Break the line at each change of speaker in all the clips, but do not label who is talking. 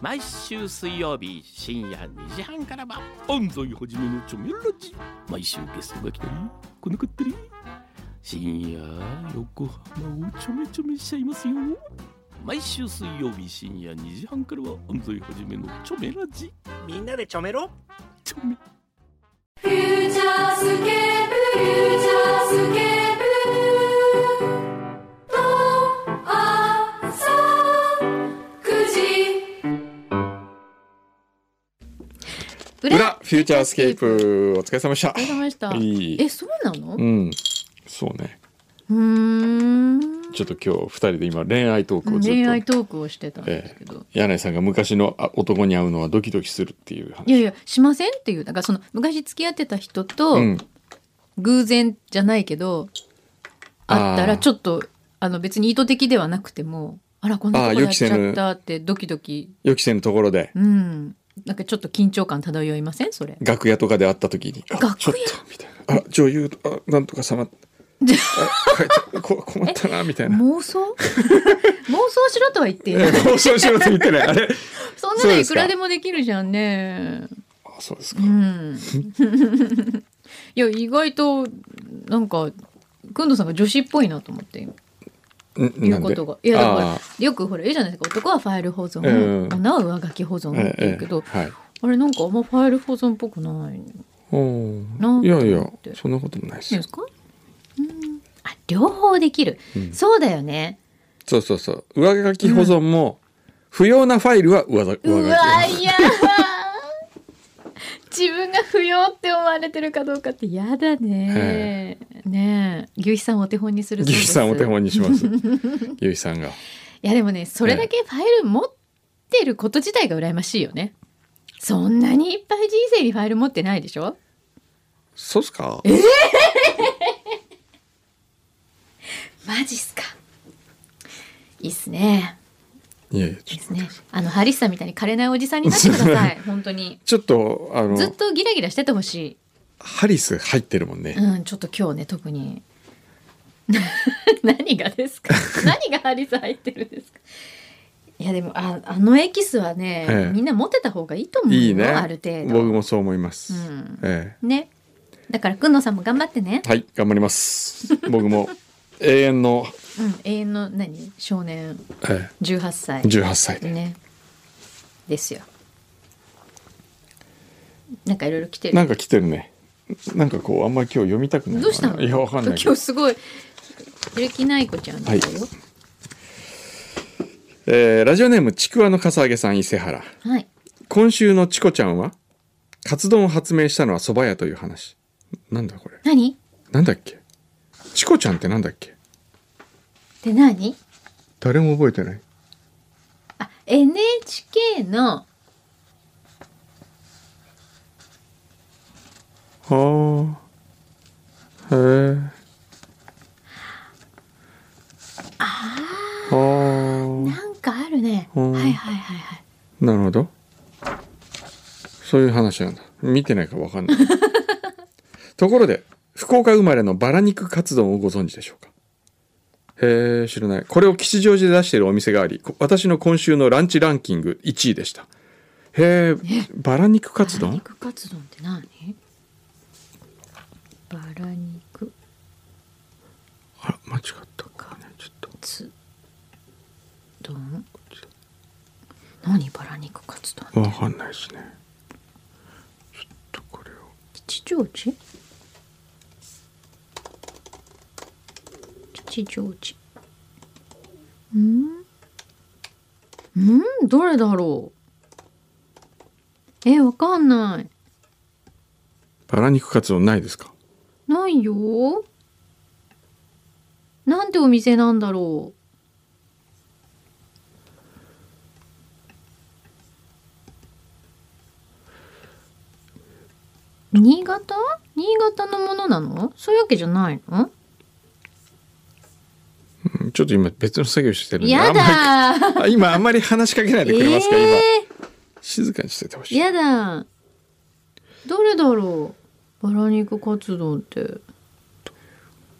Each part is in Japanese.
毎週水曜日深夜2時半からは安西はじめのチョメラジ毎週ゲストが来たり来なかったり深夜横浜をちょめちょめしちゃいますよ毎週水曜日深夜2時半からは安西はじめのチョメラジ
みんなでちょめろ
チョメ
フューチャースケープフューチャースケープと朝9時
裏
裏フューチャースケープお疲れ様でした
ありがとうございました
いい
えそうなのう
うんそうね
ーん
ちょっと今日二人で今恋愛トークをずっと
恋愛トークをしてたんですけど、
柳井さんが昔のあ男に会うのはドキドキするっていう話
いやいやしませんっていうなんかその昔付き合ってた人と
うん、
偶然じゃないけど、あった
あー
らちょっとあの別に意図的ではなくてもあらこんなとこ
あー
や
予
っ
期
ち
せぬ
ゃったってドキドキ
予期せぬところで
うんなんかちょっと緊張感漂いませんそれ
楽屋とかで会った時に「あ
楽屋
ちょっと」みたいな「あ女優あなんとか様」あ書いてこ困ったなみたいな
妄想 妄想しろとは言っていない
交渉しろって言ってねあれ
そんな
そう
の
で
い
す
く
から
でもできるじゃんね
あそうです
う
か、
んいや意外となんかくんどさんが女子っぽいなと思って今
うん、
い
な
うんこ
で
とがいやだ
あ
か
ー
らよくほら言うじゃないですか男はファイル保存、
うん
女は上書き保存って言うけど、
ええええはい
あれなんかあんまファイル保存っぽくないんで
お
なん
ーいやいや
て
そんなこともないですよ
すか、うんあ両方できる、そうだよね
そうそうそう上書き保存も、不要なファイルは上書き
う
上
わ
書き
ーやー 自分が不要って思われてるかどうかってやだねねえ牛肥さんをお手本にするそう
牛
です
肥さんお手本にします牛肥さんが
いやでもねそれだけファイル持ってること自体が羨ましいよねそんなにいっぱい人生にファイル持ってないでしょ
そうっすか
マジっすかいいっすね
いやいや
いい
ち
っ
ょ
すねあのハリスさんみたいに枯れないおじさんになってくださ い本当に
ちょっとあ
ずっ
の
とギラギラしててほし
ハリス入ってるもんね
い、うんちょっと今日ね特に 何がです か何がハリス入ってるんですかいやでもああのエキスはね、
ええ
みんな持ってた方がいいと思うよ
いいね
ある程度
僕もそう思います、
うん
え
ね。だから、くんのさんも頑張ってね
え。はい頑張ります僕も 永遠の、
うん、永遠の、何、少年、
え
18歳
え、。18歳で、
ね。ですよ。なんかいろいろ来て
な
る。
んか来てるねなんかこうあんまり今日読みたくないな
どうしたの。
いやわかんないけ
今
ど
日すごい。ゆるきないこちゃんだよ。
えーラジオネームちくわのかさあげさん伊勢原
はい。
今週のチコちゃんはカツ丼を発明したのは蕎麦屋という話なんだこれ
何。っ
なんだっけチコちゃんってなんだっけ
て何。
誰も覚えてない
あ、N. H. K. の。
はあへえは
なんかあるね。は
う
い
ん
はいはいはい。
あなるほどそういう話なんだ見てないからわかんないところで福岡生まれのバラ肉カツ丼をご存知でしょうかへえ知らないこれを吉祥寺で出しているお店がありこ私の今週のランチランキング1位でしたへえバラ肉カツ
バラ
丼
肉カツ丼って何。バラ肉
あ間違ったかねちょっと
つ丼何バラ肉カツ丼
わかんないですね。ちょっとこれを。
吉祥寺吉祥寺うんうんどれだろうえわかんない
バラ肉カツ丼ないですか。
ないよなんてお店なんだろう新潟新潟のものなのそういうわけじゃないの
うんちょっと今別の作業してるんで。
や
あ
だ
んまり。あ今あんまり話しかけないで
ー
くれますか、
え
今。静かにしててほし
ー、
い。
やだどれだろうバラ肉カツ丼って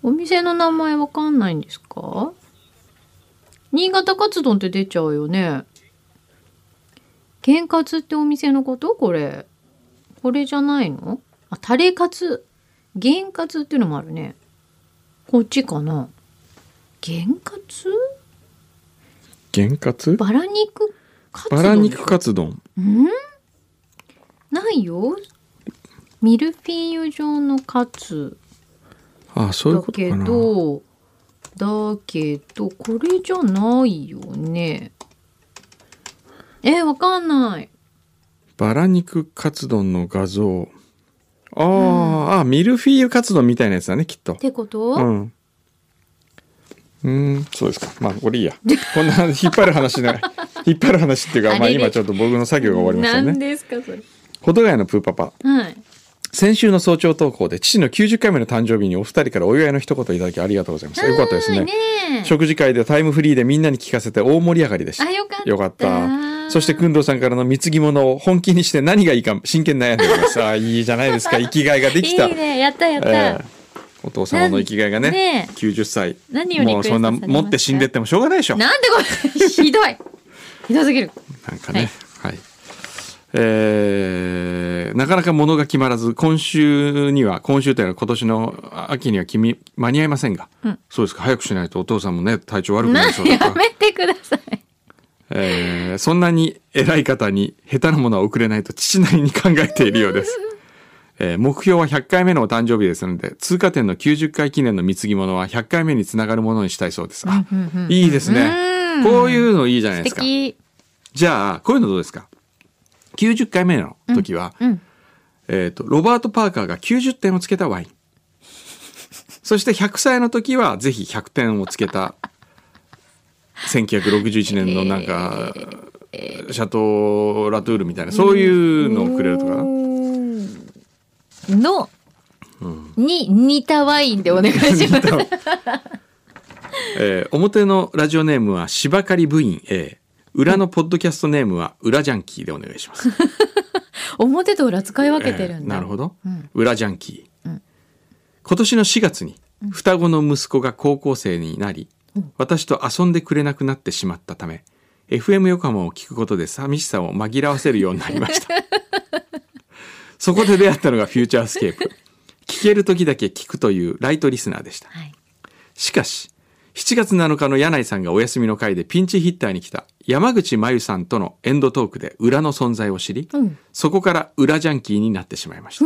お店の名前わかんないんですか新潟カツ丼って出ちゃうよね験担ってお店のことこれこれじゃないのあタレカツ験担っていうのもあるねこっちかな験担
験担
バラ肉カツ丼
バラ肉カツ丼
うんないよミルフィーユ状のカツ
あそういう
だ
こと
け
かな
どだけどこれじゃないよねえわかんない
バラ肉カツ丼の画像あー、あミルフィーユカツ丼みたいなやつだねきっと
ってこと、
うんうーんそうですかまあこ れいいやこんな引っ張る話じゃない引っ張る話っていうか
あ
まあ
れれ
今ちょっと僕の作業が終わりました
なん
ね
ですかそれ
保土ヶ谷のプーパパ
はい
先週の早朝投稿で父の90回目の誕生日にお二人からお祝いの一言いただきありがとうございましたよかったです
は
ね
いねえ
食事会でタイムフリーでみんなに聞かせて大盛り上がりでした
あよかった
よかったそして工藤さんからの貢ぎ物を本気にして何がいいか真剣に悩んでおりますあーいいじゃないですか生きがいができた
いいねやったやった、
ええお父様の生きがいがね
ねえ
90歳
何をリク
も
エ
う
ストされ
そん
ま
な
した
持って死んでってもしょうがないでしょな
なんでこれ ひどいひどすぎる
んかねはい、えーなかなか物が決まらず今週には今週というのは今年の秋には君間に合いませんが、
うん
そうですか早くしないとお父さんもね体調悪くな
な
りそうだから
やめてください
えーそんなに偉い方に下手なものは送れないと父なりに考えているようです。えー目標は100回目のお誕生日ですので、通過点の90回記念の貢ぎ物は100回目につながるものにしたいそうです。あ、いいです
う
ね
ん。
こういうのいいじゃない
素
ですか。
敵
じゃあ、こういうのどうですか ?90 回目の時は、
うん
えっ、と、ロバート・パーカーが90点をつけ たワイン。そして100歳の時は、ぜひ100点をつけた、1961年のなんか、シャトー・ラトゥールみたいな、そういうのをくれるとかな。
の、に似たワインでお願いします
えー表のラジオネームは芝刈り部員 A。裏のポッドキャストネームは裏ジャンキーでお願いします。
表と裏使い分けてる
え
ん
ー
だ、
なるほど、
うん
裏ジャンキー、
うん
今年の4月に双子の息子が高校生になり、私と遊んでくれなくなってしまったため FM 横浜を聞くことで寂しさを紛らわせるようになりました そこで出会ったのがフューチャースケープ聞ける時だけ聞くというライトリスナーでした
はい、
しかし、7月7日の柳井さんがお休みの回でピンチヒッターに来た山口真由さんとのエンドトークで裏の存在を知り、
うん
そこから裏ジャンキーになってしまいました。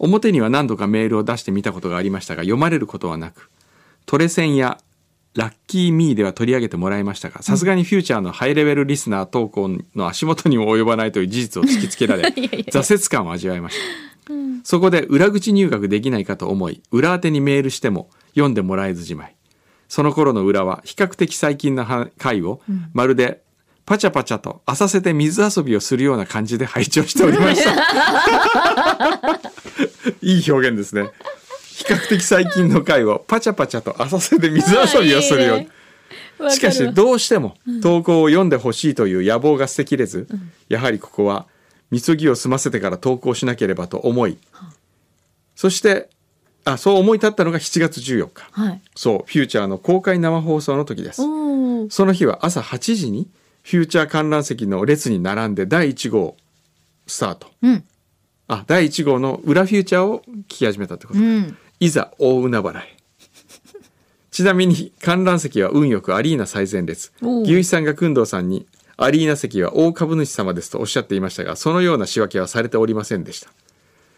表には何度かメールを出してみたことがありましたが、読まれることはなく、トレセンやラッキーミーでは取り上げてもらいましたが、さすがにフューチャーのハイレベルリスナー投稿の足元にも及ばないという事実を突きつけられ、挫折感を味わいました。そこで裏口入学できないかと思い、裏宛てにメールしても読んでもらえずじまい。その頃の裏は比較的最近のは回を、まるでパチャパチャと浅瀬で水遊びをするような感じで拝聴しておりました。いい表現ですね。比較的最近の回をパチャパチャと浅瀬で水遊びをするよう
あいい
に
ね。わか
しかしどうしても投稿を読んでほしいという野望が捨てきれず、やはりここは禊ぎを済ませてから投稿しなければと思い、そしてあそう思い立ったのが7月14日
はい
そうフューチャーの公開生放送の時です
おー
その日は朝8時にフューチャー観覧席の列に並んで第1号スタート
うん
あ第1号の裏フューチャーを聞き始めたってこと
う、ん
いざ大海原へ。 ちなみに観覧席は運よくアリーナ最前列。
おう
牛肥さんが工藤さんに、アリーナ席は大株主様ですとおっしゃっていましたが、そのような仕分けはされておりませんでした。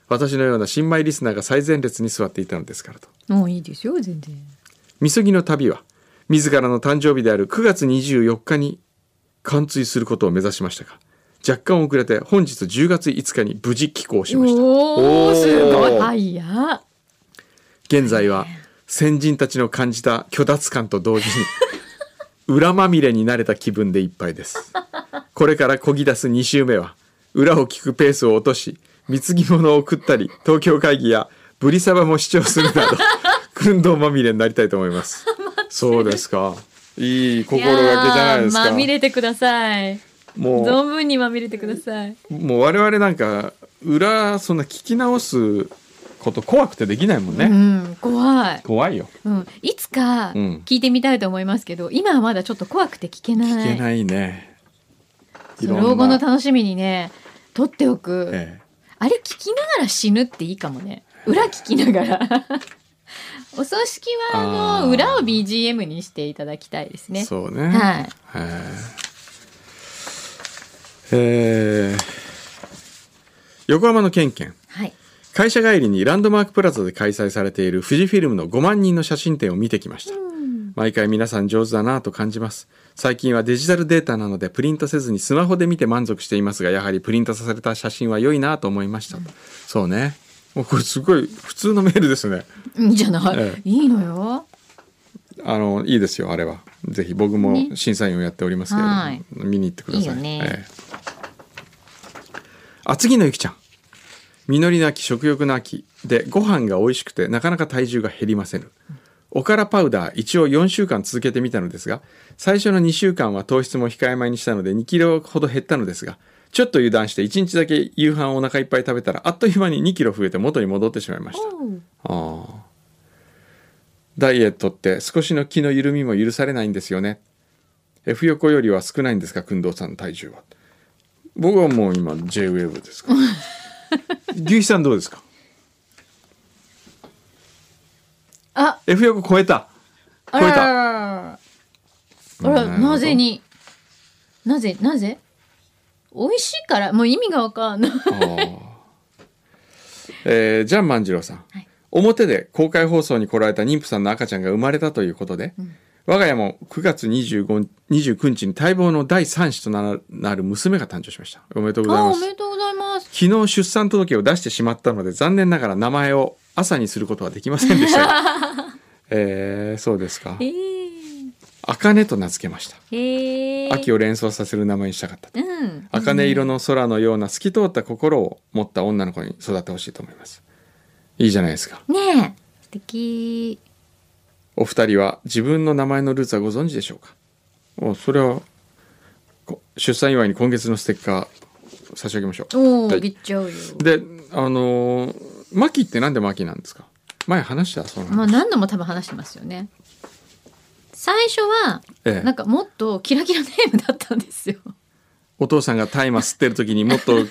私のような新米リスナーが最前列に座っていたのですからと。
もういいですよ全然
みそぎの旅は、自らの誕生日である9月24日に貫通することを目指しましたが、若干遅れて本日10月5日に無事寄港しました。
お
お
お
ー
すごい早っ
現在は先人たちの感じた虚脱感と同時 に裏まみれになれた気分でいっぱいですこれからこぎ出す2週目は裏を聞くペースを落とし貢ぎ物を食ったり東京会議やブリサバも視聴する など運動まみれになりたいと思いますそうですかいい心がけじゃないです
やー
か
まみれてください
もう
存分にまみれてください
もう我々なんか裏そんな聞き直すこと怖くてできないもんね、
うん怖い
怖いよ
うん、いつか
うん
聞いてみたいと思いますけど、今はまだちょっと怖くて聞けない
聞けないねい
そ
ろん
の
な
老後の楽しみにね取っておく、
え
あれ聞きながら死ぬっていいかもね裏聞きながら お葬式はあ
あ
の
ー
裏を BGM にしていただきたいです
え
ね
そうね。
はい
えええー横浜のケンケン
はい
会社帰りにランドマークプラザで開催されている富士フィルムの5万人の写真展を見てきました、毎回皆さん上手だなぁと感じます最近はデジタルデータなのでプリントせずにスマホで見て満足していますがやはりプリントされた写真は良いなぁと思いました、そうねもうこれすごい普通のメールですね
いいんじゃない、
ええ
いいのよ
あのいいですよあれはぜひ僕も審査員をやっておりますけれども、
はい
見に行ってください
いいよね
ええ厚木のゆきちゃん実りなき食欲の秋でご飯が美味しくてなかなか体重が減りませんおからパウダー一応4週間続けてみたのですが最初の2週間は糖質も控えめにしたので2キロほど減ったのですがちょっと油断して1日だけ夕飯をお腹いっぱい食べたらあっという間に2キロ増えて元に戻ってしまいましたああダイエットって少しの気の緩みも許されないんですよね F 横よりは少ないんですか工藤さんの体重は僕はもう今 JWAVE ですから 牛肥さんどうですか
あ
F 横超えた
あららららあら
うん
なぜになぜなぜ美味しいからもう意味がわかんない
あーえージャン万次郎さん、
はい
表で公開放送に来られた妊婦さんの赤ちゃんが生まれたということで、我が家も9月25 29日に待望の第3子となるなる娘が誕生しましたおめでとうござい
あ
ま
お
す
めでとうございます
昨日出産届を出してしまったので残念ながら名前を朝にすることはできませんでした がえー、そうですか
えー、
茜と名付けました
えー、
秋を連想させる名前にしたかったと
うん
茜色の空のような透き通った心を持った女の子に育ってほしいと思いますいいじゃないですか
ねえ素敵
お二人は自分の名前のルーツはご存知でしょうかおそれはこ出産祝いに今月のステッカー差し上げましょう
おお、
はい
言っちゃうよ
であのー、マキってなんでマキなんですか前話したその話
まあ何度も多分話してますよね最初は
ええ
なんかもっとキラキラネームだったんですよ
お父さんが大麻吸ってる時にも っと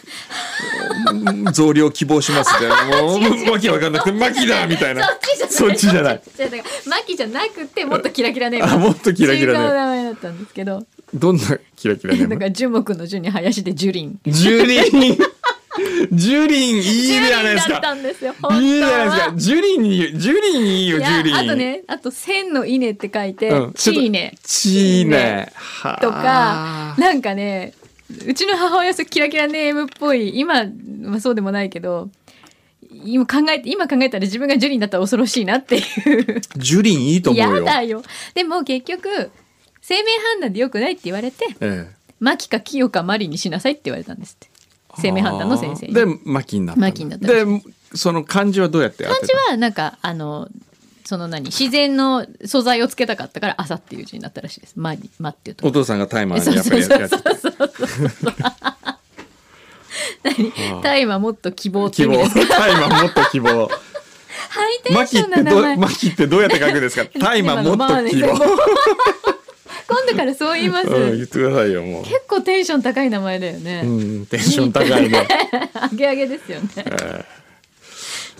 増量希望しますってもうわけわかんなくて「マキだ!」みたいな
そっちじゃない
そ
そっ
っ
ちじゃないマキじゃなくてもっとキラキラネーム
あもっとキラキラ
違う
ね
名前だったんですけど
どんなキラキラ
なん
ね
か樹木の樹に林で樹林
ジュリ ンジュリンいいじゃないです
樹林だっ
か
たんですよ
い
本
いじ
当
ゃないです
は
かジュリンいいよジュリンいいよ
い
ジ
や
ュリン
あとねあと千の稲って書いて、
うん
チーネ
チーネはあ
とかなんかねうちの母親そうキラキラネームっぽい今はそうでもないけど今考えて今考えたら自分がジュリンだったら恐ろしいなっていう
ジュリンいいと思う
や
よ
だよでも結局生命判断でよくないって言われて
ええ
マキかキヨかマリにしなさいって言われたんですって生命判断の先生に
でマキになった
マキになった
でその漢字はどうやって当
漢
て
字
た
はなんかあのその何自然の素材をつけたかったから「朝」っていう字になったらしいです「マにマっていうと
お父さんがタイマーにやっぱりやってやって
「タイはもっと希望」って
希
いう意味
望
です
タイマーもっと希望
ハイテ
マ
ン
キ
シ
っ
ョンな
て
名前
どマキってどうやって書くん ですかタイマーもっと希
今のまあ
望
ね今度からそう言います、
うん言ってくださいよもう
結構テンション高い名前だよね、
うんテンション高い ね
アゲアゲですよね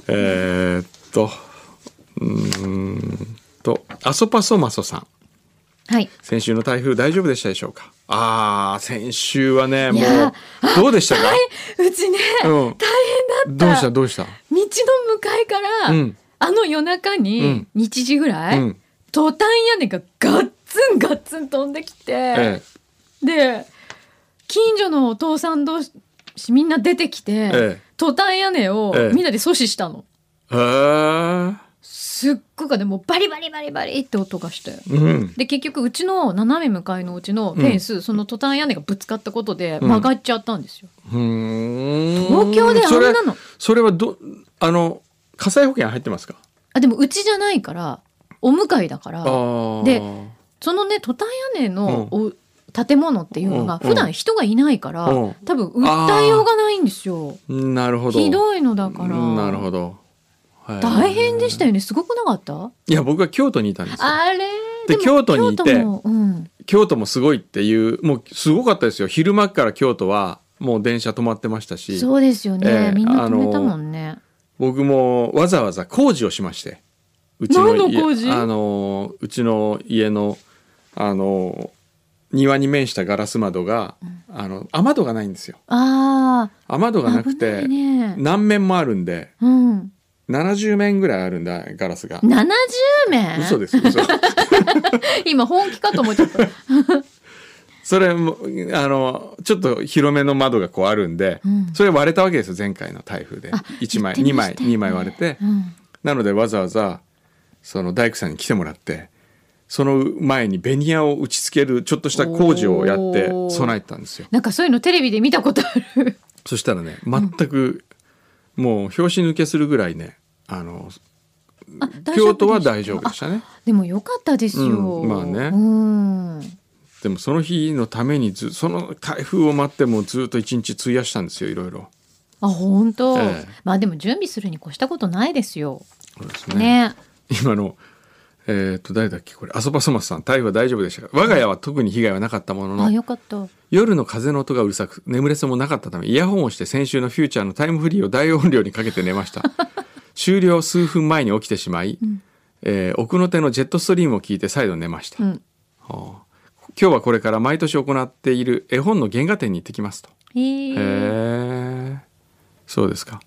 えーっとうーんとアソパソマソさん
はい
先週の台風大丈夫でしたでしょうかあー先週はねも
いや
うどうでしたか
うちね、
うん
大変
ど
だ
う
っ
したた
道
どうした
の向かいから、
うん
あの夜中
う
に
ん
1時ぐらい、
うん
トタン屋根がガッツンガッツン飛んできて、
え
で近所のお父さん同士みんな出てきて、
え
トタン屋根を
ええ
みんなで阻止したの、
えへー
すっごくでもうバリバリバリバリって音がして
うん
で結局うちの斜め向かいのうちのフェンス、そのトタン屋根がぶつかったことで
うん
曲がっちゃったんですよ、
うーん
東京であんなの
それはどあの火災保険入ってますか
あでもうちじゃないからお向かいだから
ああ
でそのねトタン屋根のお、建物っていうの
うん
が普段人がいないから、
うん
多分訴えようがないんですよ
なるほど
ひどいのだから
なるほど、はい
大変でしたよねすごくなかった
いや僕は京都にいたんですよ
あれ
で
も
京都にいて
京都もうん
京都もすごいっていうもうすごかったですよ昼間から京都はもう電車止まってましたし
そうですよね、
ええ
みんな止めたもんね
僕もわざわざ工事をしましてうち
何の工事
家あのうちの家のあの庭に面したガラス窓が、あの雨戸がないんですよ
あ
雨戸
あ
がなく
危な
て
いね
何面もあるんで
うん
70面ぐらいあるんだガラスが
70名
嘘です嘘
今本気かと思っちゃ った、
それもあのちょっと広めの窓がこうあるんで、
うん
それ割れたわけですよ前回の台風で
あ
1枚
言って
2
まし
枚
たよね
2枚割れて、
うん、
なのでわざわざその大工さんに来てもらってその前にベニヤを打ち付けるちょっとした工事をやって
おー
備えたんですよ
なんかそういうのテレビで見たことある
そしたらね全くもう拍子抜けするぐらいねあの
あ大丈夫
京都は大丈夫でしたね
あでもよかったですよ、
うんまあね
うん
でもその日のためにずその台風を待ってもうずっと一日費やしたんですよいろいろ
あ本当、
ええ
まあでも準備するに越したことないですよ
そうです
ね
今のえっと誰だっけこれあそばそますさん台風は大丈夫でしたか我が家は特に被害はなかったものの
あよかった
夜の風の音がうるさく眠れそうもなかったためイヤホンをして先週のフューチャーのタイムフリーを大音量にかけて寝ました 終了数分前に起きてしまい、えー奥の手のジェットストリームを聞いて再度寝ました、
う
は
ん
あ今日はこれから毎年行っている絵本の原画展に行ってきますと
へえ
へえそうですか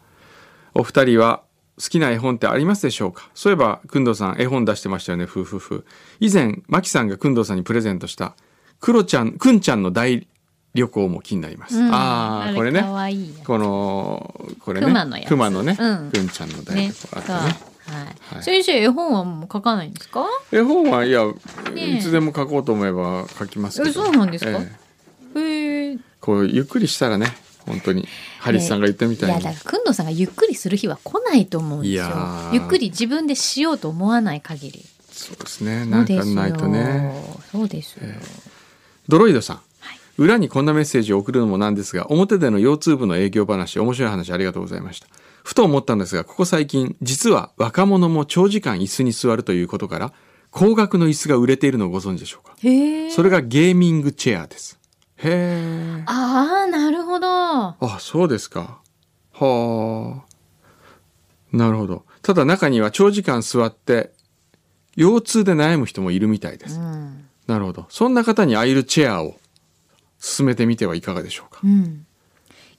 お二人は好きな絵本ってありますでしょうかそういえばくんどうさん絵本出してましたよねふうふうふう以前まきさんがくんどうさんにプレゼントしたクロちゃんくんちゃんの大旅行も気になります、
うん
ああ
れ
これね
かわいいや
このこれね
熊のやつ
熊ね、
うん
くんちゃんの大
ね
旅行あったね
はい、
はい
先生絵本はもう書かないんですか
絵本はいや、
ねえ
いつでも書こうと思えば書きますけど
えそうなんですか
ええ
へえ
こうゆっくりしたらね本当にハリスさんが言ったみ
い
たい
や
に、
だからくんどうさんがゆっくりする日は来ないと思うんです
い
よ
やー
ゆっくり自分でしようと思わない限り
そうですね
そ
な
うんで
か
すよ
ないとね
そうですよ、
ドロイドさん、
はい
裏にこんなメッセージを送るのもなんですが表での腰痛部の営業話面白い話ありがとうございましたふと思ったんですがここ最近実は若者も長時間椅子に座るということから高額の椅子が売れているのをご存知でしょうか
へえ
それがゲーミングチェアですへえ
ああなるほど
あそうですかはあなるほどただ中には長時間座って腰痛で悩む人もいるみたいです
うん、
なるほど。そんな方にアイルチェアを進めてみてはいかがでしょうか
う。ん、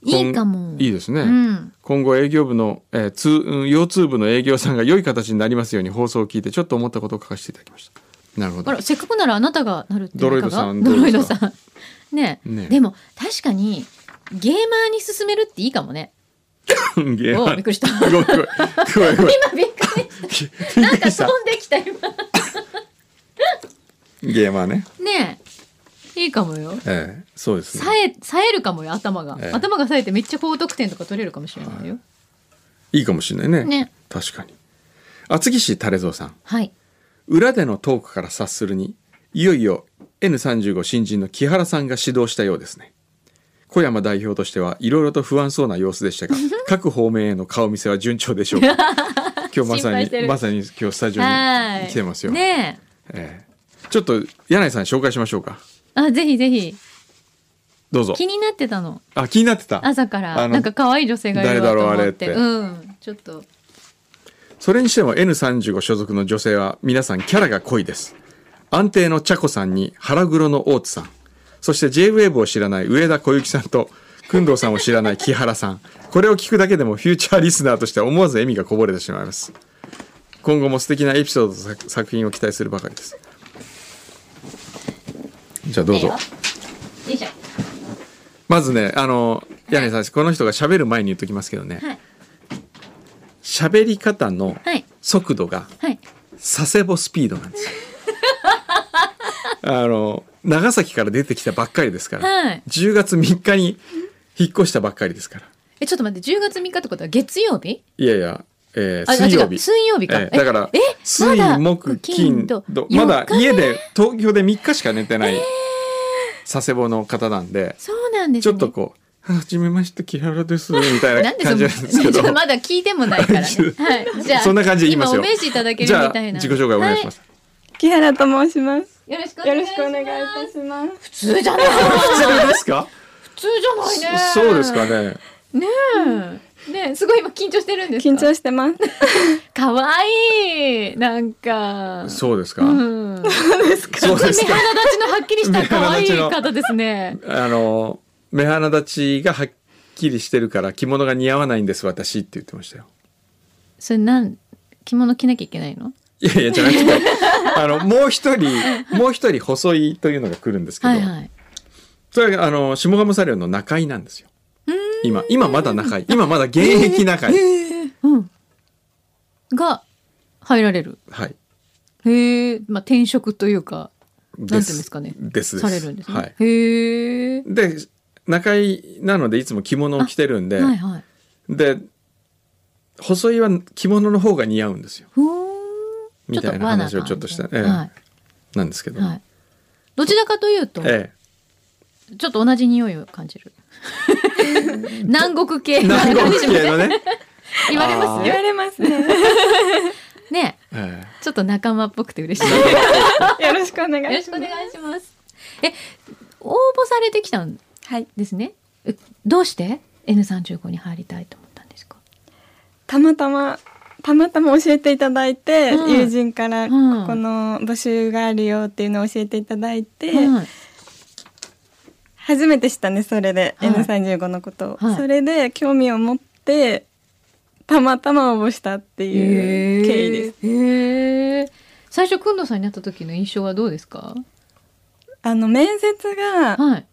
いいかも
いいですね。
うん
今後営業部の、えー通うん腰痛部の営業さんが良い形になりますように放送を聞いてちょっと思ったことを書かせていただきました。なるほ
あ
ど
ら。せっかくならあなたがなるっていう
ドロイド
かが
さん
ド
どう
ロ
で
イ
すか
ドさんね
ね
でも確かにゲーマーに勧めるっていいかもね
ゲー
お
ム
ーびっくりした
ごめんごめんごめんごめん
今びっくりしたなんか飛んできた今
ゲーマーね。
ねえいいかもよ
ええそうですね
さ。え冴えるかもよ頭が、
ええ
頭が冴えてめっちゃ高得点とか取れるかもしれないよ
いいかもしれないね。
ね
確かに。厚木市垂蔵さん。
はい
裏でのトークから察するにいよいよ N35 新人の木原さんが指導したようですね小山代表としてはいろいろと不安そうな様子 でしたが各方面への顔見せは順調でしょうか今日ま
心
さ
配して
に
る
まさに今日スタジオに
はい
来てますよ、
ねえ
ええちょっと柳井さん紹介しましょうか
あぜひぜひ
どうぞ
気になってたの
あ気になってた
朝か
あ
ら
の
なんか可愛い女性がいるわと思って
誰だろ
うんちょっと
それにしても N35 所属の女性は皆さんキャラが濃いです。安定の茶子さんに腹黒の大津さん、そして JWAVE を知らない上田小雪さんと、工藤さんを知らない木原さん。これを聞くだけでもフューチャーリスナーとして思わず笑みがこぼれてしまいます。今後も素敵なエピソードと作作品を期待するばかりです。じゃあどうぞ
よ。いしょ
まずね、あの、柳井さん、この人が喋る前に言っときますけどね
はい、
喋り方の
はい
速度が
はい
佐世保スピードなんで すよあの長崎から出てきたばっかりですから、
はい
10月3日に引っ越したばっかりですから
えちょっと待って10月3日ってことは月曜日
いやいや、えー
あ
水曜
あ違う
日
水曜日か、
えーだから
え
水
まだ
木金
金
土
土
ま
四
だ
日目
家で東京で3日しか寝てない佐世保の方なんで、
そうなんです
ち
ね
ょっとこう「はじめまして木原です」みたい
な
なん
で
感
その
じなんですけ
ちょ
ど
っとまだ聞いてもない からねはいじゃあ
そんな感じで言いますよ
今お名刺いただけ
じ
る
ゃ
み
あ
たいな
自己紹介お願いします、
木原と申します。
よろしくお
よ
願
ろ
いし
しくお願いい
ます。
たします
普通じゃない。
通ですか
普通じゃないね。
そうですか。ね
ねえ。ねえ、すごい今緊張してるんですか。
緊張してます
かわいい。なんか。
そうですか、
うん。
そうです
目
か
鼻立ちのはっきりした可愛い
目鼻立ちの
方ですね。
あの目鼻立ちがはっきりしてるから着物が似合わないんです私って言ってましたよ
それなん着物着なきゃいけないの？
いやいやじゃなく てあのもう一人もう一人細いというのが来るんですけど、
はいはい。
それがあの下鴨サリオンの中井なんですよ今今まだ中井今まだ現役中井、
うん。が入られる。
はい
へえ。まあ転職というか
で
なんていうんですかね
ですです
されるんですね。
はい、
へえ。
で中井なのでいつも着物を着てるんで、
はいはい。
で細井は着物の方が似合うんですよ
ふーん。
みたいな話をちょっとした、
ち
え
ょっ
え
と和な感
なんですけ
じ
ど、
ではい。はい。どちらかというと、
え
ちょっと同じ匂いを感 じる。南国系
え、南国系の ね、
言われま
あ
す
言
よ
われますねよ
ねえ
え
ちょっと仲間っぽくて 嬉しい。よ
ろしくお願
ろ
い
しく
しま
お
す
願いします。え、応募されてきたん
はい
ですね。えどうして N35 に入りたいと思ったんですか。
たまたまたまたま教えていただいて、
うん
友人からこ
うん
この募集があるよっていうのを教えていただいて、
はい
初めて知ったねそれで、
はい
N35 のことを、
はい
それで興味を持ってたまたま応募したっていう経緯です、
へえ。へえ最初くんどさんになった時の印象はどうですか。
あの面接が
はい。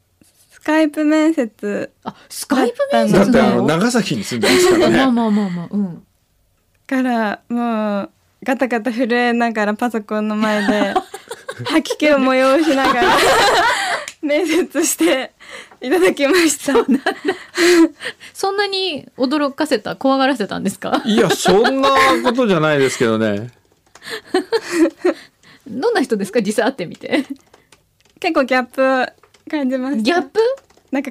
スカイプ面接
あ、スカイプ面
え
接
だ
な
ってあの
の。
長崎に住んでますからね
まあまあまあまあ、うん。
からもうガタガタ震えながらパソコンの 前で吐き気を催しながら面接していただきました
そんなに驚かせた、怖がらせたんですか。
いやそんなことじゃないですけどね
どんな人ですか、実際会ってみて。
結構ギャップ感じました
ギャップ。
なんか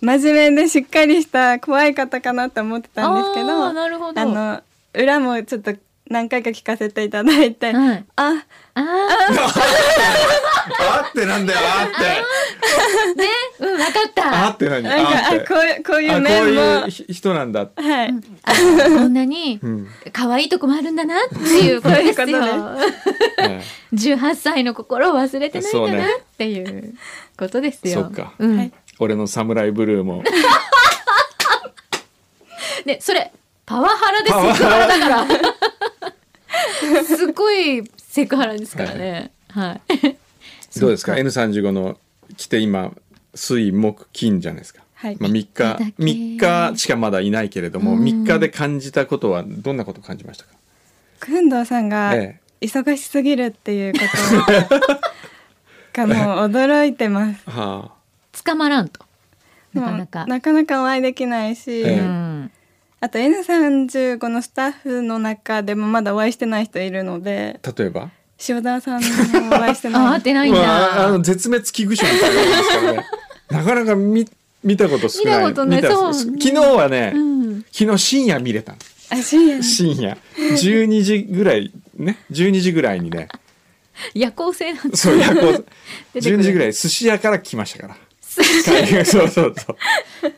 真面目でしっかりした怖い方かなと思ってたんですけど
あーなるほど。
あの裏もちょっと何回か聞かせていただいて、
はい。
あ
ああ、
あってなんだよあって
ね、うん、わかった。
あって何
なんか
あ
あ
って
こういうこういう
あこう
面も
いうひ人なんだ、
はい、
あこんなに
うん
可愛いとこもあるんだなっていうことです
そうい
よ
うこ。
え
十八歳の心を忘れてないん
そう
だな
ね
っていうことですよ。
そっか
うん。
はい
え俺のサムライブルーも
ね、それパワハラです。セ
パ
ク
ワ
ハ
ハ
ラだから。 すごいセクハラですからね。はい。
どうですか
そっ
N35 の来て今水木金じゃないですか、
はい
まあ、3日
だけ
3日しかまだいないけれども、
うん
3日で感じたことはどんなことを感じましたか、
工藤さんが
え
忙しすぎるっていうことがもう驚いてます
えはあ
捕まらんと。 な
も
か
う
なか。
なかなかお会いできないし、
ええ
うん。
あと N35 のスタッフの中でもまだお会いしてない人いるので
例えば
塩田さんもお会いし て
あ、
な
会
い
ってないん
まあ、あ
だ
の。絶滅危惧種みたいなもんですからねなかなか見見たこと少な
見
い
たことない
見た
そう
昨日はね、
うん。
昨日深夜見れたの
あ深夜
深夜12時ぐらいね12時ぐらい にね
夜行性なんだ。
そういやこう
出てくる
12時ぐらい寿司屋から来ましたからそうそうそう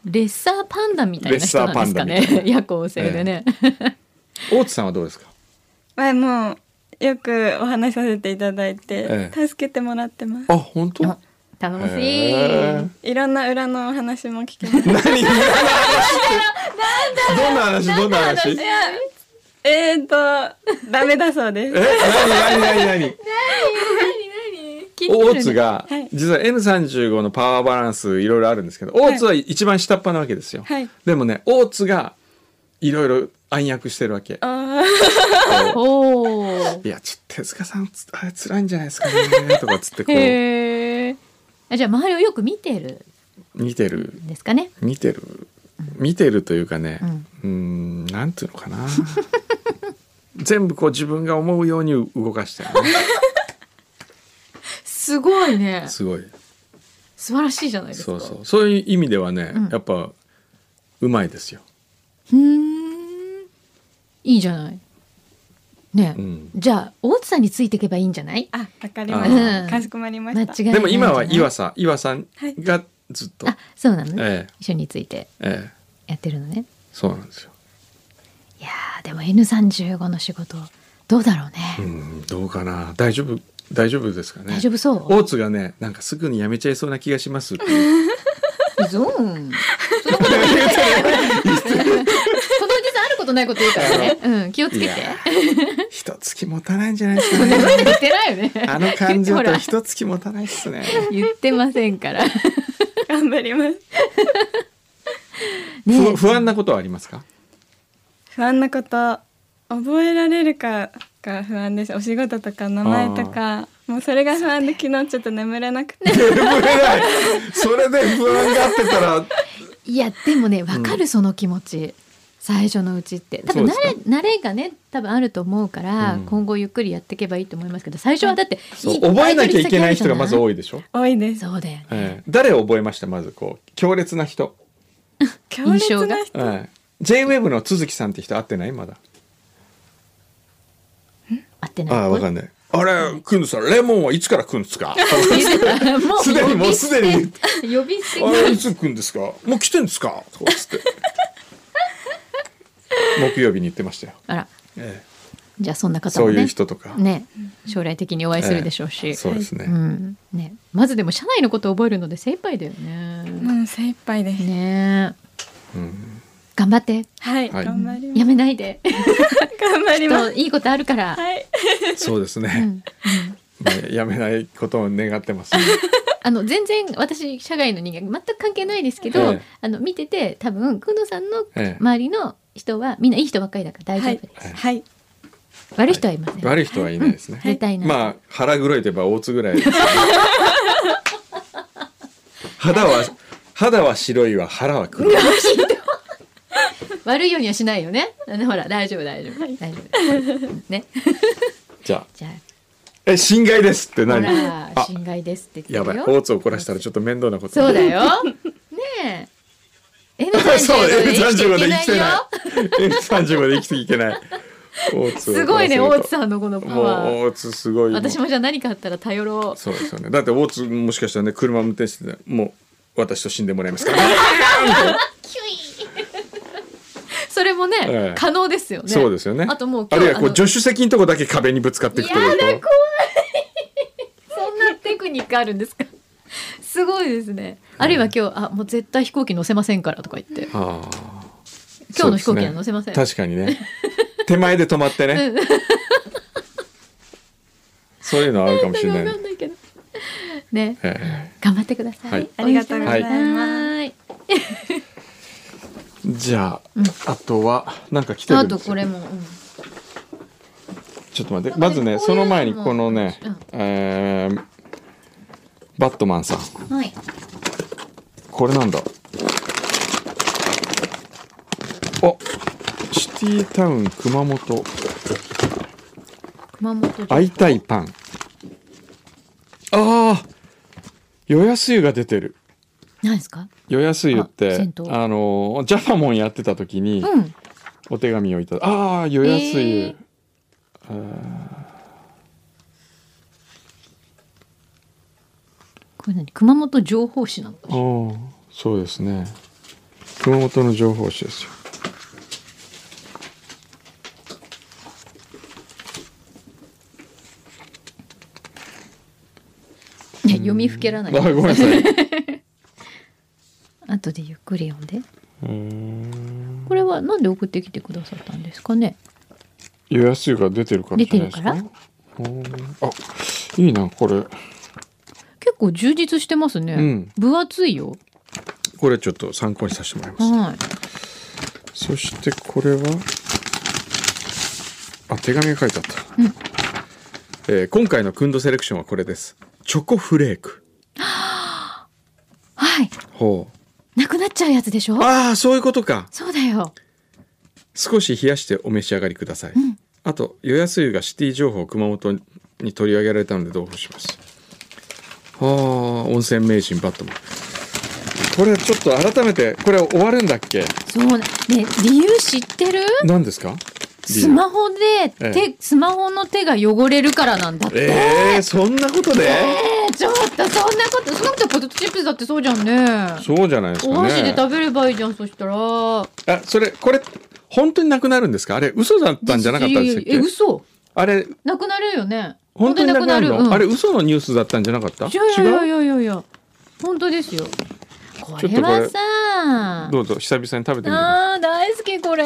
レッサーパンダみたいな人なんですか
レッサーパンダみた
ね。夜行性でね。
大津さんはどうですか
前もうよくお話しさせていただいて、
え
助けてもらってます
あ本当
あ頼もしい。
へー
いろんな裏のお話も聞きます
何何の話どんな話どんな話
えーとダメだそうで
え
す
何何何何
気になる
大
ね
津。が
はい
実は N35 のパワーバランスいろいろあるんですけど大津は一番下っ端なわけですよ、
はい
でもね大津がいろいろ暗躍してるわけ
あ
こ
おー
ういやちょっと手塚さんつあれ辛いんじゃないですかねとかつってこう
へえ。あじゃあ周りをよく見てる
見てる
んですかね。
見てる見てるというかね
うん
うーんなんていうのかな 全部こう自分が思うように動かしてるね
すごいね。
すごい。
素晴らしいじゃないですか。
そうそうそういう意味ではね、
うん
やっぱうまいですよ
うーん。いいじゃない。ね、
うん、
じゃあ大津さんについていけばいいんじゃない
あ、わかりまし
あー
た。かしこまりま
間違いな
し
い。
た
んじゃない
でも今は岩さん岩さん
はい
がずっと、
あそうなのね、
ええ
一緒について
ええ
やってるのね
そうなんですよ、
いやーでも N35 の仕事どうだろうね、
うん、どうかな大丈夫大丈夫ですかね
大丈夫そう
大津がねなんかすぐに辞めちゃいそうな気がしますっていう
ゾーンそんなことないこのおじさんあることないこと言うから ね、うん、気を つ
い
けて
や一月持たないんじゃないですか
そんな こと
ね
言ってないよね
あの感情
ほ
と
ら
一月持たないっすね
言ってません から
頑張ります。
ね
不不安なことはありま すか
不安なこと覚えられるかが不安ですお仕事とか名前とかもうそれが不安で昨日ちょっと眠れなくて
眠れないそれで不安があってたら
いやでもねわか
う
るその気持ち、最初のうちって多分慣
そうで
れ慣れがね多分あると思うから、
うん
今後ゆっくりやっていけばいいと思いますけど最初はだって
そう覚えなきゃいけない人がまず
い
多いでしょ、
多いです
そうだよね、
ええ誰を覚えましたまずこう強烈な人、
強烈な
印
人
ええ、JWEB の都築さんって人会ってないまだ
合ってない
ああわかんないあれくんさんレモンはいつからくんで すか
もう
すでにもうすでに
呼びすぎ
あれいつ来んですかもう来てんですかとかっつ って木曜日に言ってましたよ、
あら
え
じゃあそんな
え、
方
そ
も
ういう
ね
人とか、
ね将来的にお会いするでしょうし、
そうですね、
うんねまずでも社内のことを覚えるので精一杯だよね
もう精一杯です、
ね
うん
頑張って
はい、
はい
頑張ります
やめないで
頑張ります
といいことあるから、
はい
そうです
う
ね、
ん
まあやめないことを願ってます
あの全然私社外の人間全く関係ないですけど、
ええ
あの見てて多分久野さんの
ええ
周りの人はみんないい人ばっかりだから大丈
は
夫
い
です、
はい
悪い人はいません、
悪い人はいないですね、
絶対いない、
まあ腹黒いといえば大津ぐらいですね肌は肌は白いわ腹は黒い
悪いようにはしないよねあのほら大丈夫大丈夫、大丈夫ね
じゃあ
じゃ
え侵害ですって
あほ
何
ら
あ
侵害ですって言
や
って
ば
る
い
よ
大津を怒らせたらちょっと面倒なこと
そうだ よねえ N35 で生きていけないよ
N35 で生きていけない大津を
すごいね
怒
大
らせると
津さんのこのパ
も
ワー
う大津すごい
私
も
もじゃあ何かあったら頼ろ
う
う
そうですよねだって大津もしかしたらね車運転しててもう私と死んでもらいますから
それもね、
ええ
可能ですよね
そうですよね
あともう
あ
今
る
日
いはこ
あ
う
の
助手席のとこだけ壁にぶつかっていくという
やだ
こう
怖い そんなテクニックあるんですかすごいですねあるいは今日あもう絶対飛行機乗せませんからとか言って
ああ
今日の飛行機は乗せません、
そうですね確かにね手前で止まってねそういうのあるかも しれない
わ
ね
かんないけどね
え
頑張ってください、
はい
ありがとうございます
はい
えじゃあ、あとはなんか来てる
あ
んで
と
すよ
これも、うん
ちょっと待って
なん
ま
かね
ずね
こう
そ
いうの
の
も
前にこのね、
うん
えーバットマンさん
はい。
これなんだおシティタウン熊本
熊本城。
会いたいパンああ与安湯が出てる
何ですか。
与安湯って
あ銭湯
あのジャパモンやってた時に
うん。
お手紙をいただああ与安湯、
えー
あー
これ何、熊本情報誌なのかしら。
おーそうですね熊本の情報誌ですよ
い や読みふけらな
あ
い。
ーごめんなさい
後でゆっくり読んで。
うーん
これはなんで送ってきてくださったんですかね。
与安湯が出てるからじゃないですか
出て
おーあいいなこれ
結構充実してますね。
うん
分厚いよ。
これちょっと参考にさせてもらいます
はい。
そしてこれはあ手紙が書いてあった、えー今回のクンドセレクションはこれですチョコフレーク
はい。
ほう
なくなっちゃうやつでしょ。
ああそういうことか
そうだよ。
少し冷やしてお召し上がりください、
ん
あと与安湯がシティ情報を熊本に取り上げられたので同封しますああ温泉名人バットマンこれちょっと改めてこれ終わるんだっけ
そうな。ね理由知ってる？
何ですか
スマホで手、スマホの手が汚れるからなんだって。
えー、そんなことで、
えーちょっとそんなことそんなことポテトチップスだってそうじゃんね
そうじゃないです
お
か
箸で
ね
食べればいいじゃんそしたら
あそれこれ本当になくなるんですかあれ嘘だったんじゃなかったでしたっ
え
け
嘘
あれ
なくなるよね
本当になくなるの、
うん
あれ嘘のニュースだったんじゃなかった
いやいやい
違う
やいやいや本当ですよこ
ちょっと
れ
これ
はさ
どうぞ久々に食べてみてください
あー大好きこれ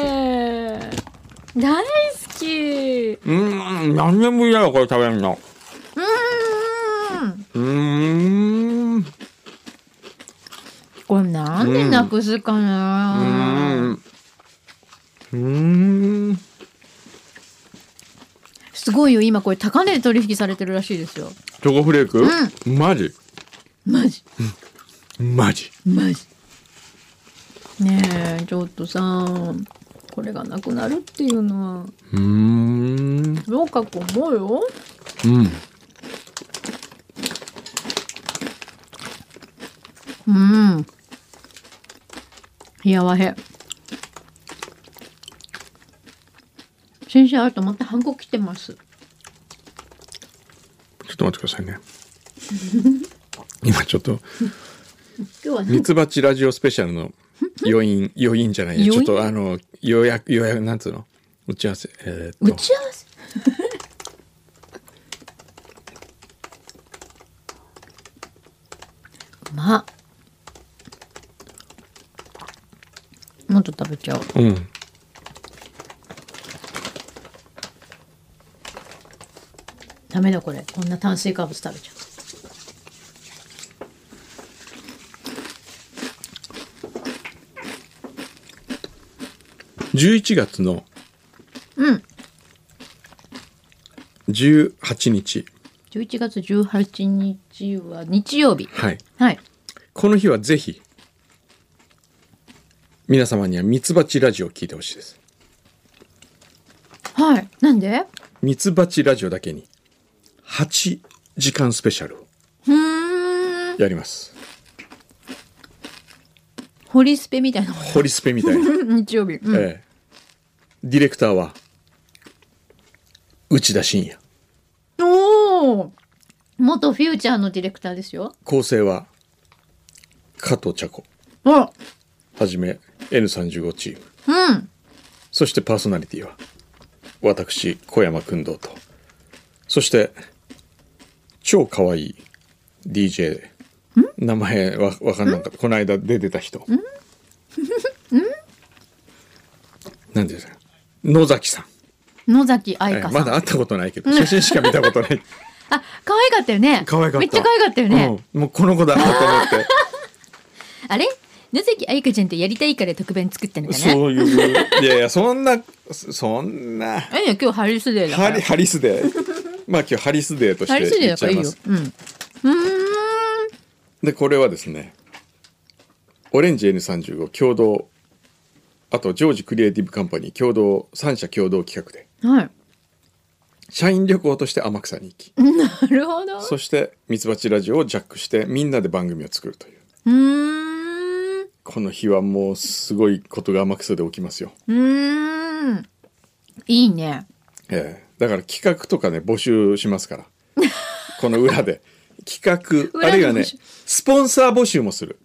大好き
うーん何年ぶりだよこれ食べるの
うーん
うーん
これなんでなくすか
うー
なん
うーん
すごいよ今これ高値で取引されてるらしいですよ
チョコフレーク、マジ
マジ
マジ
マジねえちょっとさこれがなくなるっていうのは
うーん
どうかと思うよ
う
う
ん
ん冷やわへ先生あとまたハンコ来てます
ちょっと待ってくださいね今ちょっと
今日は
ミ
ね
ツバチラジオスペシャルの余韻余韻じゃないやちょっ
余韻
とあの予約予約なんつうの打ち合わせえーっと
打ち合わせ まっもっと食べちゃおう
うん
ダメだこれこんな炭水化物食べちゃ
11月の
うん
18日
う11月18日は日曜日
はい
はい
この日はぜひ皆様にはミツバチラジオを聞いてほしいです
はいなんで
ミツバチラジオだけに8時間スペシャルを
うーん
やります
ホリスペみたいな
ホリスペみたいな
日曜日、うん
ええ、ディレクターは内田信也
おお元フューチャーのディレクターですよ
構成は加藤茶子
あ
はじめ N35 チーム
うん
そしてパーソナリティは私小山君堂とそして超かわいい DJ 名前わわかんなかったこの間出てた人何ですか野崎さん、
野崎愛
ええ
香さん、
まだ会ったことないけど写真しか見たことない
あ可愛かったよね
可愛かった
めっちゃ可愛かったよね、
うんもうこの子だなと 思って
あれ野崎愛香ちゃんとやりたいから特番作ったのかな
そういういやいやそんなそんな
ええ今日ハリスデーだか
ハ
ら
リハリスデーまあ今日ハリスデーとし
ハリ
て
スデー
言
だ
っち
か
ゃ
ら
い
いい
ま
よ
す
うんうーん
でこれはですねオレンジ N35 共同あとジョージクリエイティブカンパニー共同3社共同企画で
はい
社員旅行として天草に行き
なるほど
そしてミツバチラジオをジャックしてみんなで番組を作るという
うーん
この日はもうすごいことが天草で起きますよ
うーんいいね
ええだから企画とかね募集しますから この裏で企画
裏
あ
で
るいはね
募集
スポンサー募集もする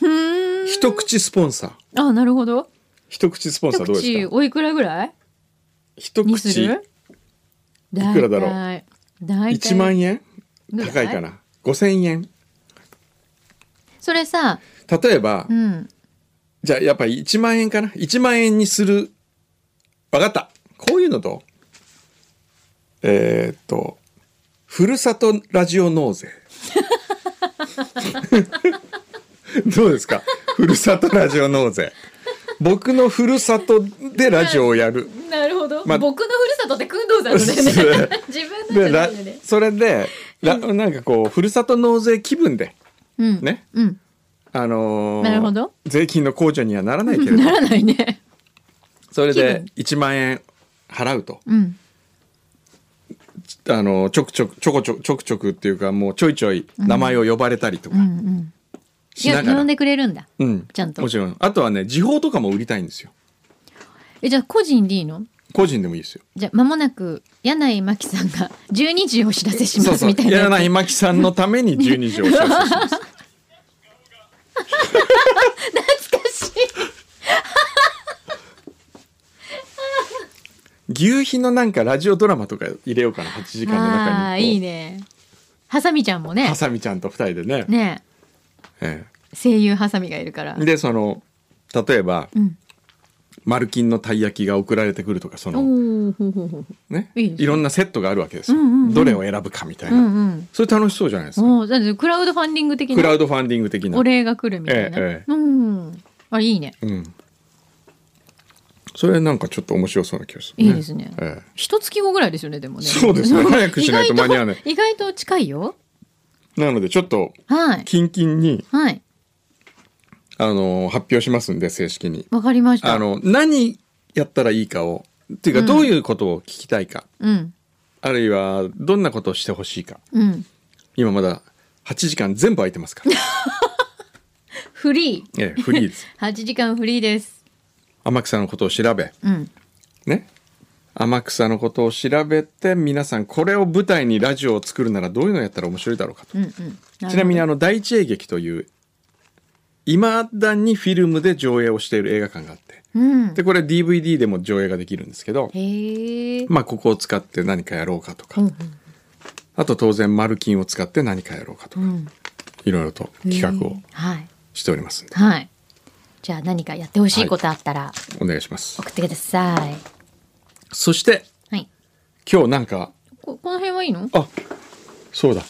うーん
一口スポンサー
あなるほど
一口スポンサ
一
ーどう
口
ですか
おいくらぐらい
一
にす
口
るい
いくらだろう
う大体
1万円
ぐらい
高いかな5,000円
それさ
例えば、
うん
じゃあやっぱり1万円かな1万円にするわかったこういうのとえーっとふるさとラジオ納税 どうですかふるさとラジオ納税僕のふるさとでラジオをやる
なるほど、
まあ
僕のふるさとって工藤さんのね 自分のじ
で
ゃな
ら
いよね
それでらなんかこうふるさと納税気分で
うん
ね
うん
あのー
なるほど
税金の控除にはならないけれど
ならないね
それで
気
1万円払うと
うん
あのちょくちょくちょこちょくちょくちょくっていうかもうちょいちょい名前を呼ばれたりとか
うんうんい
し
や
ながら、
呼
うん
でくれるんだ
ん
ちゃんと
もちろんあとはね時報とかも売りたいんですよ
えじゃあ個人でいいの
個人でもいいですよ
じゃあ間もなく柳井真紀さんが12時を お知らせしますみたいなやつ
柳井真紀さんのために12時をお知らせします
懐か しい
牛皮のなんかラジオドラマとか入れようかな8時間の中に
ああーいいねハサミちゃんもね
ハサミちゃんと2人でね
ね
え
声優ハサミがいるから
えでその例えば
うん
マルキンのたい焼きが送られてくるとかその
おおほうほうほう
ね
いいですね
いろんなセットがあるわけですよ、
うんうんうん
どれを選ぶかみたいうな、
んうん
それ楽しそうじゃないですか
おーだってクラウドファンディング的
クラ
な
ウドファンディング的な
お、礼が来るみたいな、
ええええ
うんあいいね
うん、それなんかちょっと面白そうな気がする、
いいですね
ええ
一月後ぐらいですよねでもね
そうですね早くしない と
意外
間に合わない
意外と近いよ
なのでちょっと
はい
キンキンに、
はい
あのー発表しますんで正式に
わかりました
あの何やったらいいかをっていうか
うん
どういうことを聞きたいか、
うん
あるいはどんなことをしてほしいか
うん
今まだ8時間全部空いてま すから、
フリー
ええ、フリーです
8時間フリーです
天草のことを調べ
うん
ね天草のことを調べて皆さんこれを舞台にラジオを作るならどういうのやったら面白いだろうかと
うんうんるほど
ちなみにあの第一映劇といういまだにフィルムで上映をしている映画館があって
うん
でこれ DVD でも上映ができるんですけど、
へえ
まあ、ここを使って何かやろうかとか、
うんうん
あと当然マルキンを使って何かやろうかと
う
か、
ん
いろいろと企画を
はい
しておりますんで
はいじゃあ何かやってほしいことあったら
お願いします
送ってください、
そして
はい
今日なんか
ここの辺はいいの
あそうだ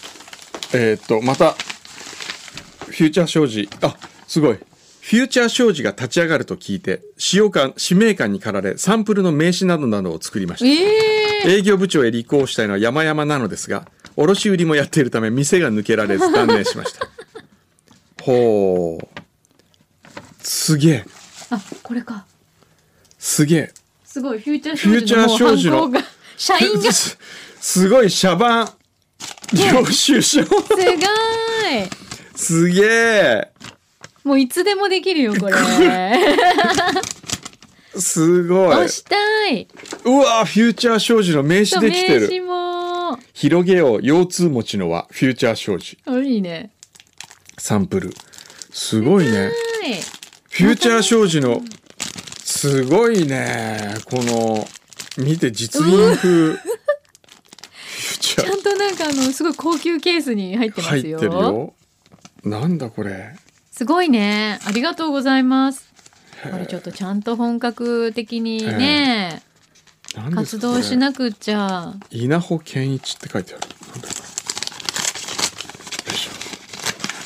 えーっとまたフューチャー商事あすごいフューチャー商事が立ち上がると聞いて使用感使命感に駆られサンプルの名刺などなどを作りました
ええ
営業部長へ立候補したいのは山々なのですが卸売りもやっているため店が抜けられず断念しました ほうすげえ
あこれか
すげえ
すごいフューチャー商事のもう
フューチャー商事の
犯行が 社員がす
すすごいシャバン領収書
ごい
すげえ
もういつでもできるよ これ
すごい
押したいう
わフューチャー商事の名
そ
刺
う
でき
名
てる
刺も
広げよう腰痛持ちの輪フューチャー商事
あいいね
サンプルすごいね
はい
フューチャー商事のすごいねこの見て実 印風フューチャ
ちゃ
ー
んとなんかあのすごい高級ケースに入ってま
入っ
す
て
よ
るよなんだこれ
すごいねありがとうございますこれちょっとちゃんと本格的にね
何です
活
かこ
動
れ
しなくっちゃ
稲穂健一って書いてあるなんだこれよいしょ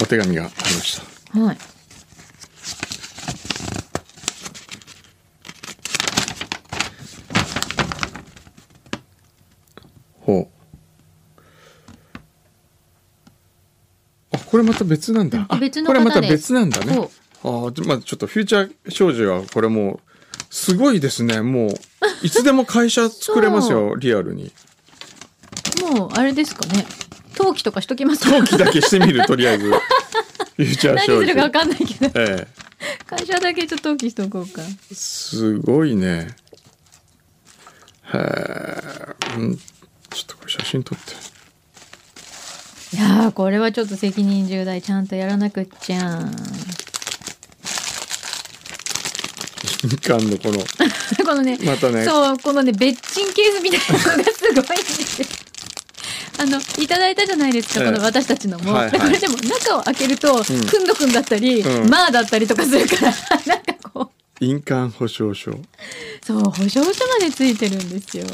お手紙がありました
はい
ほうあこれまた別なんだ
あ
あ
別の
これまた
方で
別なんだね
そう
あーじゃまあ、ちょっとフューチャー少女はこれもうすごいですねもういつでも会社作れます よリアルに
もうあれですかね登記とかしときますか
登記だけしてみるとりあ えずフューチャー
何
少
するか
女
分かんないけど
え
会社だけちょっと登記しとこうか
えすごいねへえうんちょっとこれ写真撮って
いやーこれはちょっと責任重大ちゃんとやらなくっちゃん
みかんのこの
このね
またね
そうこのね別珍ケースみたいなのがすごいんですよ あのいただいたじゃないですか、
え
こ
え
の私たちのも、
はいはい
でこれでも中を開けると、くんどくんだったり、
うん
まあだったりとかするから なんかこう
印鑑保証書
そう保証書までついてるんですよ、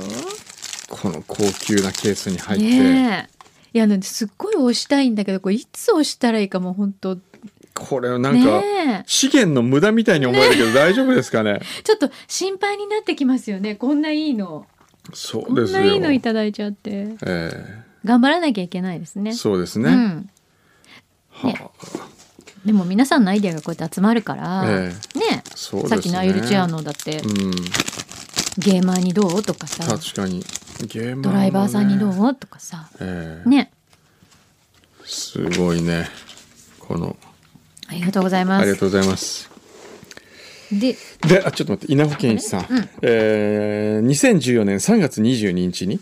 この高級なケースに入って、
ねえいやあのすっごい押したいんだけどこれいつ押したらいいかもう本当
これなんか、
ね
資源の無駄みたいに思えるけど大丈夫で すかね
えちょっと心配になってきますよねこんないいの
そ
こ
うで
ん
す
な
よ
いいのいただいちゃって
え
頑張らなきゃいけないです
え
ね
そうです
う
ね、
ん
は
でも皆さんのアイデアがこうやって集まるから、
え
ね
そうですね
さっきのアイルチェアのだって、
うん、
ゲーマーにどうとかさ
確かにゲーム、
ドライバーさんにど
う、
うとかさ
ええ
ね
すごいねこの
ありがとうございま
あり
す
がとうございます
で、
であちょっと待って稲穂健一さん、えー2014年3月22日に、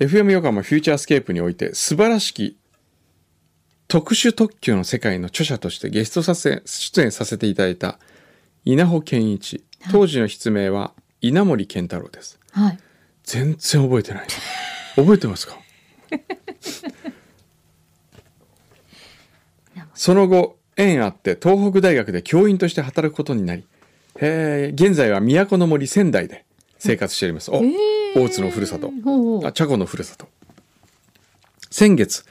FM 横浜フューチャースケープにおいて素晴らしき特殊特急の世界の著者としてゲスト撮影出演させていただいた稲穂健一当時の筆名は稲森健太郎です
はい。
全然覚えてない覚えてますかその後縁あって東北大学で教員として働くことになりえー現在は都の森仙台で生活しております、お大津のふるさと
ほうほう
あ茶子のふるさと先月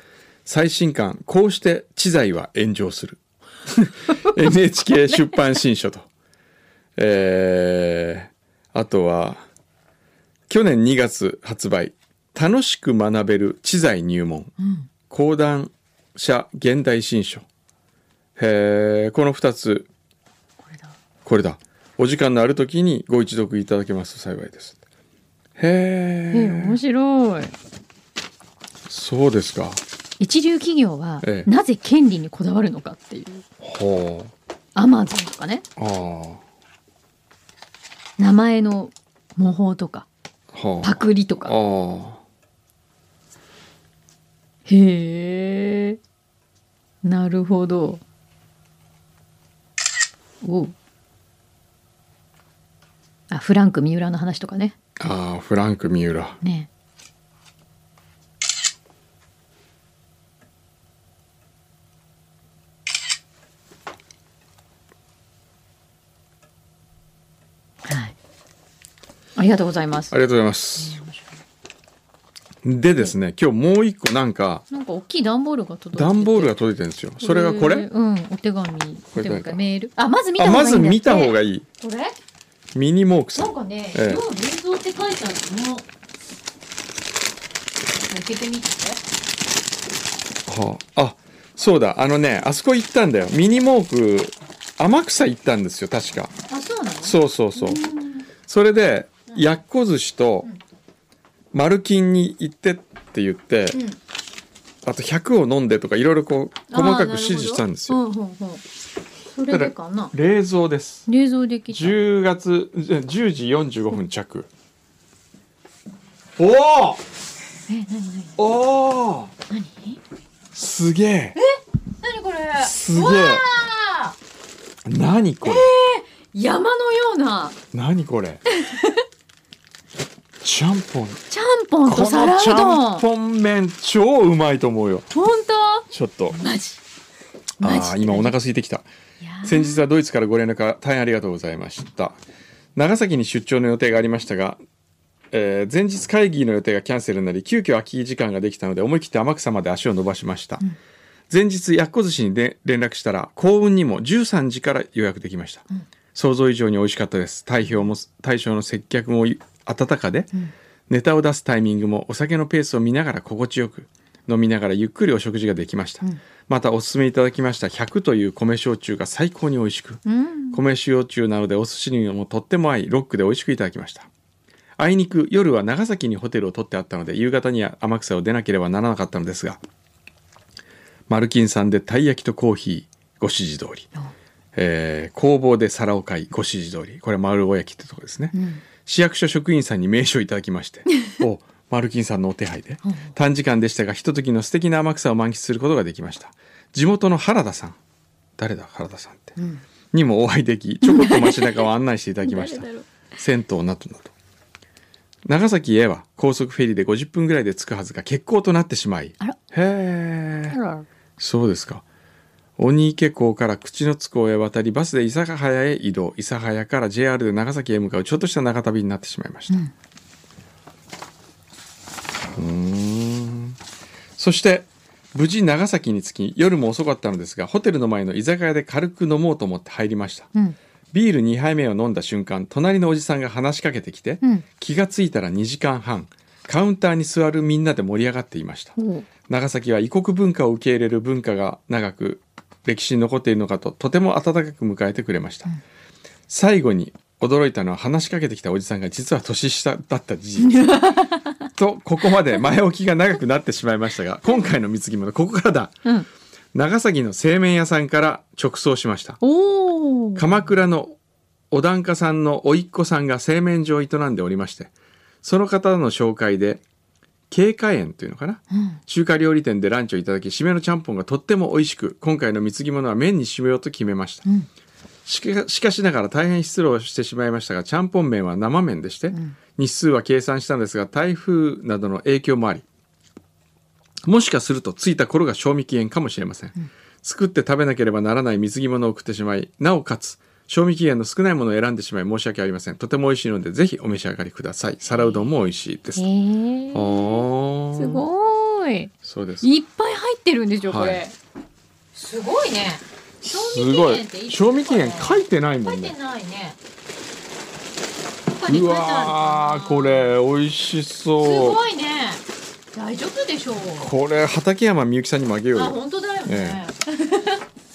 最新刊「こうして知財は炎 上する」NHK 出版新書と、えーあとは去年2月発売「楽しく学べる知財入門」講談社現代新書へーこの2つ
これだ。
これだお時間のある時にご一読いただけますと幸いですへ
え
え
ー、面白い。
そうですか。
一流企業は
ええ
なぜ権利にこだわるのかっていう。
ほう。
アマゾンとかね、
ああ。
名前の模倣とか、
は
パクリと
あ。
か。
あ
へえ。なるほど。おう。あ、フランク三浦の話とかね。
あ。ああ、フランク三浦。
ねはい。ありがとうございます
あ。りがとうございます。でですね、今日もう一個なんか
なんか大きい段ボールが届いてて。
段ボールが届いてるんですよ。それがこ
え
れ？
ーうん、お手紙。
れ誰
お手
か
紙メール。あ、まず見た
あ、
方がい
ま
いんだ
ず見た方
い
がいい。
い。これ
ミニモークさ
なん
ん。
かね、
ええ
今日映像って書いてあるの。開けてみて。
はあ。あ、そうだ。あのね、あそこ行ったんだよ。ミニモーク天草行ったんですよ。確か。
あ、そうなの
そうそうそう。それで、やっこ寿司と、丸金に行ってって言っ
ん
て、あと100を飲んでとかいろいろこう、細かく指示したんですよ。
あーなるほどうんうんうんそれでかな。
冷蔵です。
冷蔵できた。
10月、え10時45分着。お
え、なになに
おおお
何
すげえ
なにこれ
すげえ
わあ
何これ
山のような
何これ ちゃんぽん。
ちゃんぽん
ことのち
皿うど
ゃ
ん
んぽん麺超うまいと思うよ。
本当
ちょっと。
マジマジ
ああー、今お腹空いてきた。先日はドイツからご連絡大変ありがとうございました長崎に出張の予定がありましたが、えー前日会議の予定がキャンセルになり急遽空き時間ができたので思い切って天草まで足を伸ばしました、前日やっこ寿司にで連絡したら幸運にも13時から予約できました、想像以上に美味しかったです大表も大将の接客も温かで、ネタを出すタイミングもお酒のペースを見ながら心地よく飲みながらゆっくりお食事ができました、またおすすめいただきました100という米焼酎が最高に美味しく、米焼酎なのでお寿司にもとっても合いロックで美味しくいただきましたあいにく夜は長崎にホテルを取ってあったので夕方には天草を出なければならなかったのですがマルキンさんでたい焼きとコーヒーご指示通り、えー工房で皿を買いご指示通りこれ丸尾焼きってとこですね、市役所職員さんに名刺をいただきまして おマルキンさんのお手配で短時間でしたがひとときの素敵な天草を満喫することができました地元の原田さん誰だ原田さんって、にもお会いできちょこっと街中を案内していただきま した銭湯などなど長崎へは高速フェリーで50分ぐらいで着くはずが欠航となってしまい
あら
へえ
あら
そうですか。鬼池港から口の津港へ渡りバスで諫早へ移動諫早から JR で長崎へ向かうちょっとした長旅になってしまいました、うーんそして無事長崎に着き夜も遅かったのですがホテルの前の居酒屋で軽く飲もうと思って入りました、
ん
ビール2杯目を飲んだ瞬間隣のおじさんが話しかけてきて、
ん
気がついたら2時間半カウンターに座るみんなで盛り上がっていました、
おう
長崎は異国文化を受け入れる文化が長く歴史に残っているのかととても温かく迎えてくれました、最後に驚いたのは話しかけてきたおじさんが実は年下だった事実 とここまで前置きが長くなってしまいましたが今回の貢ぎ物ここからだ、
うん
長崎の製麺屋さんから直送しました
おお。
鎌倉のお檀家さんのおいっ子さんが製麺所を営んでおりましてその方の紹介で経過園というのかな、中華料理店でランチをいただき締めのちゃんぽんがとっても美味しく今回の貢ぎ物は麺にしめようと決めました、しかしかしながら大変失礼をしてしまいましたがちゃんぽん麺は生麺でして、日数は計算したんですが台風などの影響もありもしかすると着いた頃が賞味期限かもしれません、作って食べなければならない水着物を送ってしまいなおかつ賞味期限の少ないものを選んでしまい申し訳ありませんとても美味しいのでぜひお召し上がりください皿うどんも美味しいです、
へえ。
おー
すごーい。
そうです
いっぱい入ってるんでしょこれ。
はい
すごいね。賞
すごい賞味期限書いてないも
書
ん
いて
ね
ないね。他に書
う
いてあ
わ
るかな
ーこ。れ美味し
す
そう
ごいね。大丈夫でしょう。
これ畠山みゆきさんにもあげよう
あ
よ
本当だよね。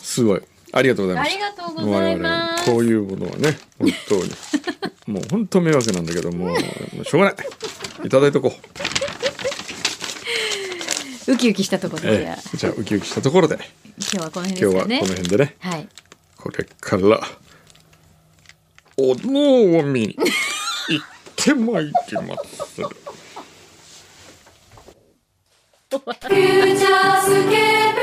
すごいありがとうござい
あ
まし
りが
た
とうござ
我
い
々
ます。
こういうものはね本当に もう本当迷惑なんだけどもうしょうがないいただいとこう
ウキウキしたところで、
ええ、じゃあウキウキしたところで
今日はこの辺です
今日は
か
こ
ね
の。辺でね
はい。
これからお能見に行ってまいりまする
フューチャースケープ